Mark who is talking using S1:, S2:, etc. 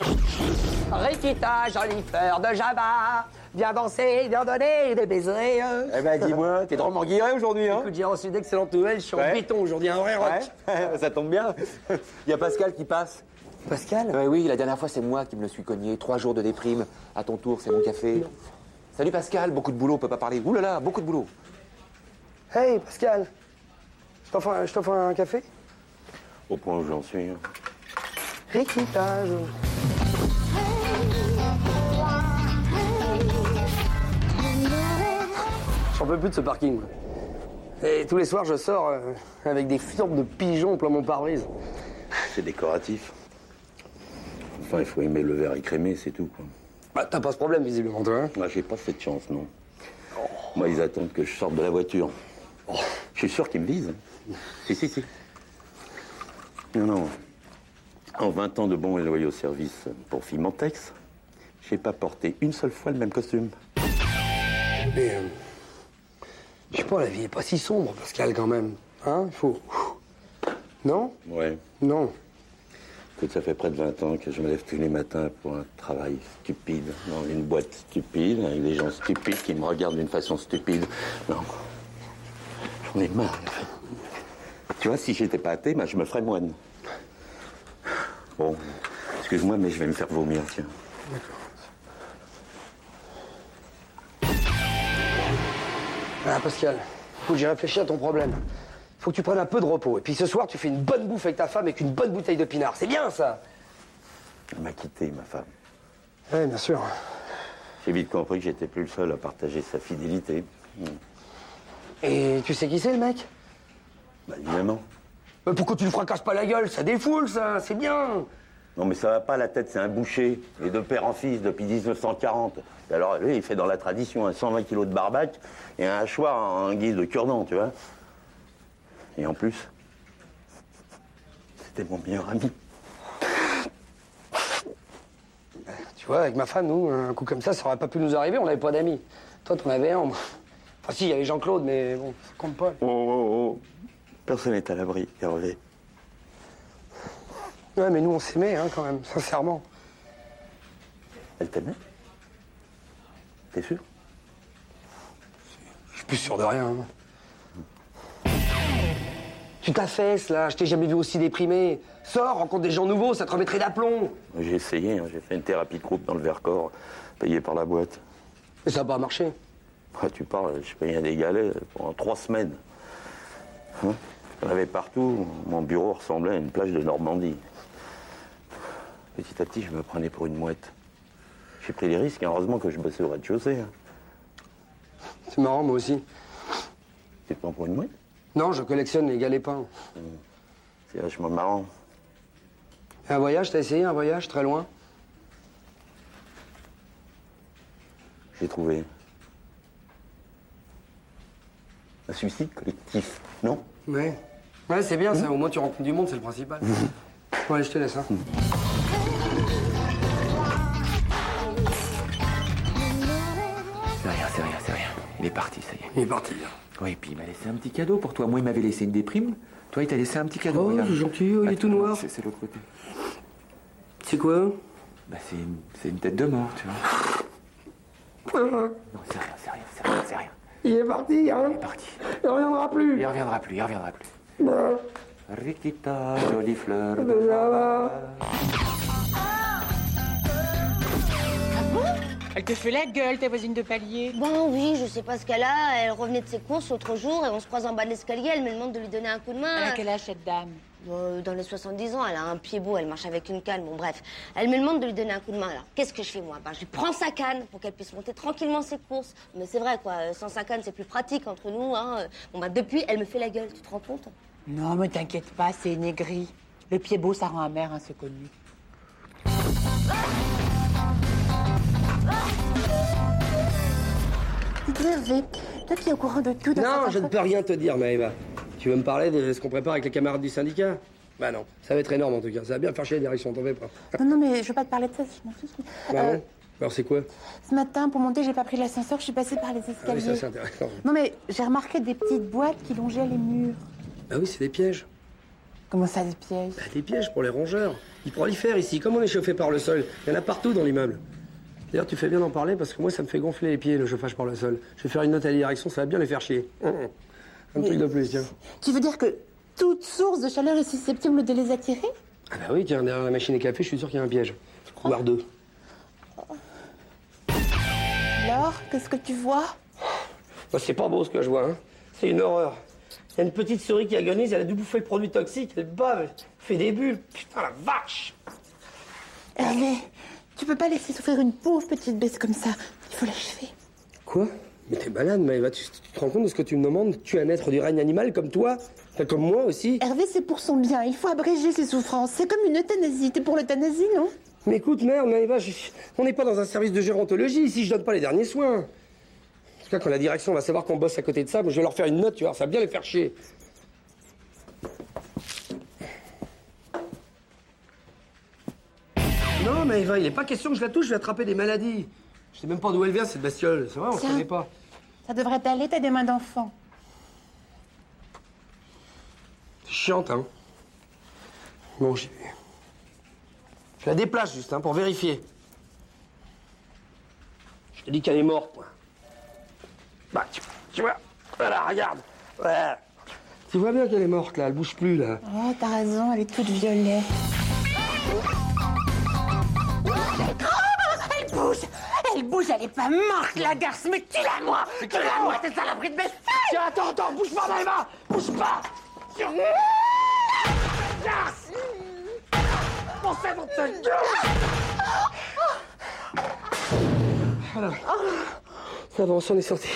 S1: Rikita, jolie fleur de Java, viens danser, viens donner des baisers. hein.
S2: Eh ben dis-moi, t'es drôlement guiré aujourd'hui, hein
S1: Écoute, j'ai reçu d'excellentes nouvelles, je suis
S2: Ouais.
S1: en béton aujourd'hui, un vrai rock.
S2: Ouais, ça tombe bien. Il y a Pascal qui passe.
S1: Pascal
S2: Ouais, oui, la dernière fois, c'est moi qui me le suis cogné. Trois jours de déprime. À ton tour, c'est mon café. Salut Pascal, beaucoup de boulot, on peut pas parler. Ouh là là, beaucoup de boulot.
S1: Hey Pascal, je t'offre un, je t'offre un café
S2: Au point où j'en
S3: hein.
S2: suis.
S1: Rikita, jolie... J'en peux plus de ce parking. moi. Et tous les soirs, je sors euh, avec des formes de pigeons plein mon pare-brise.
S3: C'est décoratif. Enfin, il faut aimer le verre écrémé, c'est tout. Quoi.
S1: Bah, t'as pas ce problème, visiblement, toi. hein
S3: Moi, j'ai pas cette chance, non. Moi, ils attendent que je sorte de la voiture. Je suis sûr qu'ils me visent. Si, si, si. Non, non. En 20 ans de bons et loyaux services pour Fimentex, j'ai pas porté une seule fois le même costume.
S1: Mais, euh, je sais pas, la vie est pas si sombre, Pascal, quand même. Hein Il faut. Non
S3: Ouais.
S1: Non.
S3: Écoute, ça fait près de 20 ans que je me lève tous les matins pour un travail stupide, dans une boîte stupide, avec des gens stupides qui me regardent d'une façon stupide. Non. J'en ai marre. en fait. Tu vois, si j'étais pas athée, ben, je me ferais moine. Bon, excuse-moi, mais je vais me faire vomir, tiens.
S1: Ah, Pascal, écoute, j'ai réfléchi à ton problème. Faut que tu prennes un peu de repos. Et puis ce soir, tu fais une bonne bouffe avec ta femme et qu'une bonne bouteille de pinard. C'est bien, ça
S3: Elle m'a quitté, ma femme.
S1: Oui, bien sûr.
S3: J'ai vite compris que j'étais plus le seul à partager sa fidélité. Hmm.
S1: Et tu sais qui c'est, le mec
S3: Bah, évidemment.
S1: Mais Pourquoi tu le fracasses pas la gueule Ça défoule, ça C'est bien
S3: Non, mais ça va pas, la tête, c'est un boucher. Et de père en fils depuis 1940. Et Alors, lui, il fait dans la tradition un 120 kilos de barbac et un hachoir en, en guise de cure-dent, tu vois. Et en plus, c'était mon meilleur ami.
S1: Tu vois, avec ma femme, nous, un coup comme ça, ça aurait pas pu nous arriver, on n'avait pas d'amis. Toi, t'en avais un. moi. Enfin, si, il y avait Jean-Claude, mais bon, ça compte pas.
S3: Oh, oh, oh. Personne n'est à l'abri, Hervé.
S1: Ouais, mais nous, on s'aimait, hein, quand même, sincèrement.
S3: Elle t'aimait T'es sûr
S1: Je suis plus sûr de rien. hein. Tu t'affaisses, là. Je t'ai jamais vu aussi déprimé. Sors, rencontre des gens nouveaux, ça te remettrait d'aplomb.
S3: J'ai essayé, hein, j'ai fait une thérapie de groupe dans le Vercors, payée par la boîte.
S1: Mais ça n'a pas marché.
S3: Ah, tu parles, je payais des galets pendant trois semaines. Hein Il y en avait partout. Mon bureau ressemblait à une plage de Normandie. Petit à petit, je me prenais pour une mouette. J'ai pris des risques, et heureusement que je bossais au rez-de-chaussée. hein.
S1: C'est marrant, moi aussi.
S3: Tu te prends pour une mouette
S1: Non, je collectionne les galets peints.
S3: C'est vachement marrant.
S1: Et Un voyage, t'as essayé un voyage très loin
S3: J'ai trouvé. Un suicide collectif, non
S1: Ouais. Ouais, c'est bien, ça. Au moins, tu rencontres du monde, c'est le principal. Bon, allez, je te laisse, hein.
S2: C'est rien, c'est rien, c'est rien. Il est parti, ça y est.
S1: Il est parti, hein. là.
S2: Oui, puis il m'a laissé un petit cadeau pour toi. Moi, il m'avait laissé une déprime. Toi, il t'a laissé un petit cadeau.
S1: Oh,
S2: regarde.
S1: c'est gentil, oh, il est tout noir.
S2: C'est c'est l'autre côté.
S1: C'est quoi
S2: Bah, c'est une, c'est une tête de mort, tu vois. Non, c'est rien, c'est rien, c'est rien, c'est rien.
S1: Il est parti, hein
S2: Il est parti.
S1: Il reviendra plus. Bah.
S2: Il reviendra plus, il reviendra plus. Rikita, jolie fleur. de
S4: Elle te fait la gueule, ta voisine de palier.
S5: Bon, oui, je sais pas ce qu'elle a. Elle revenait de ses courses l'autre jour et on se croise en bas de l'escalier. Elle me demande de lui donner un coup de main.
S4: Elle a quel âge cette dame
S5: Euh, dans les 70 ans, elle a un pied beau, elle marche avec une canne. Bon, bref. Elle me demande de lui donner un coup de main. Alors, qu'est-ce que je fais, moi ben, Je lui prends sa canne pour qu'elle puisse monter tranquillement ses courses. Mais c'est vrai, quoi. euh, Sans sa canne, c'est plus pratique entre ben, nous. Hein. Euh, Bon, bah, depuis, elle me fait la gueule, tu te rends compte
S4: Non, mais t'inquiète pas, c'est une aigrie. Le pied beau, ça rend amer un connu.
S6: Hervé, toi qui es au courant de tout dans
S1: Non,
S6: cette
S1: je ne
S6: affaire-
S1: peux rien te dire, Maëva. Tu veux me parler de ce qu'on prépare avec les camarades du syndicat Bah non, ça va être énorme en tout cas. Ça va bien faire chier la direction, t'en fais pas.
S6: Non, non, mais je veux pas te parler de ça, je m'en fiche.
S1: Ah
S6: Euh,
S1: bon Alors c'est quoi
S6: ce matin, pour monter, j'ai pas pris l'ascenseur, je suis passée par les
S1: Ah oui,
S6: escaliers.
S1: ça c'est intéressant.
S6: non, mais j'ai remarqué des petites boîtes qui longeaient les murs.
S1: Ah oui, c'est des pièges.
S6: Comment ça, des pièges
S1: Bah, des pièges pour les rongeurs. Ils prolifèrent ici, comme on est chauffé par le sol. Il y en a partout dans l'immeuble. D'ailleurs, tu fais bien d'en parler parce que moi, ça me fait gonfler les pieds, le chauffage par le sol. Je vais faire une note à la direction, ça va bien les faire chier. Hum, hum. Un truc de plus, tiens.
S6: Tu veux dire que toute source de chaleur est susceptible de les attirer
S1: Ah bah oui, tiens, derrière la machine à café, je suis sûr qu'il y a un piège. Voire deux.
S6: Alors, qu'est-ce que tu vois
S1: Bah, c'est pas beau ce que je vois, hein. C'est une horreur. Il y a une petite souris qui agonise, elle a dû bouffer le produit toxique, elle bave, elle fait des bulles. Putain, la vache
S6: Hervé, tu peux pas laisser souffrir une pauvre petite bête comme ça. Il faut l'achever.
S1: Quoi Mais t'es malade, Maëva, tu, tu te rends compte de ce que tu me demandes Tu es un être du règne animal comme toi Enfin, comme moi aussi
S6: Hervé, c'est pour son bien. Il faut abréger ses souffrances. C'est comme une euthanasie. T'es pour l'euthanasie, non
S1: Mais écoute, merde, Maëva, je- on n'est pas dans un service de gérontologie ici, je donne pas les derniers soins. En tout cas, quand la direction va savoir qu'on bosse à côté de ça, moi, je vais leur faire une note, tu vois, ça va bien les faire chier. Non, Maëva, il n'est pas question que je la touche, je vais attraper des maladies. Je sais même pas d'où elle vient, cette bestiole. C'est vrai, on ne
S6: Tiens.
S1: connaît pas.
S6: Ça devrait t'aller, t'as des mains d'enfant.
S1: C'est chiante, hein. Bon, j'y vais. Je la déplace juste, hein, pour vérifier. Je te dis qu'elle est morte, moi. Bah, tu, tu vois, voilà, regarde. Voilà. Tu vois bien qu'elle est morte, là, elle bouge plus, là.
S6: Oh, t'as raison, elle est toute violette. Elle bouge Elle bouge, elle est pas morte, la garce Mais tue-la, moi Tue-la, moi, c'est ça la de bestiole
S1: Tiens, attends, attends, bouge pas, Maëva Bouge pas Tiens. Yes Pensez dans ta gueule Alors, ça avance, on est sorti.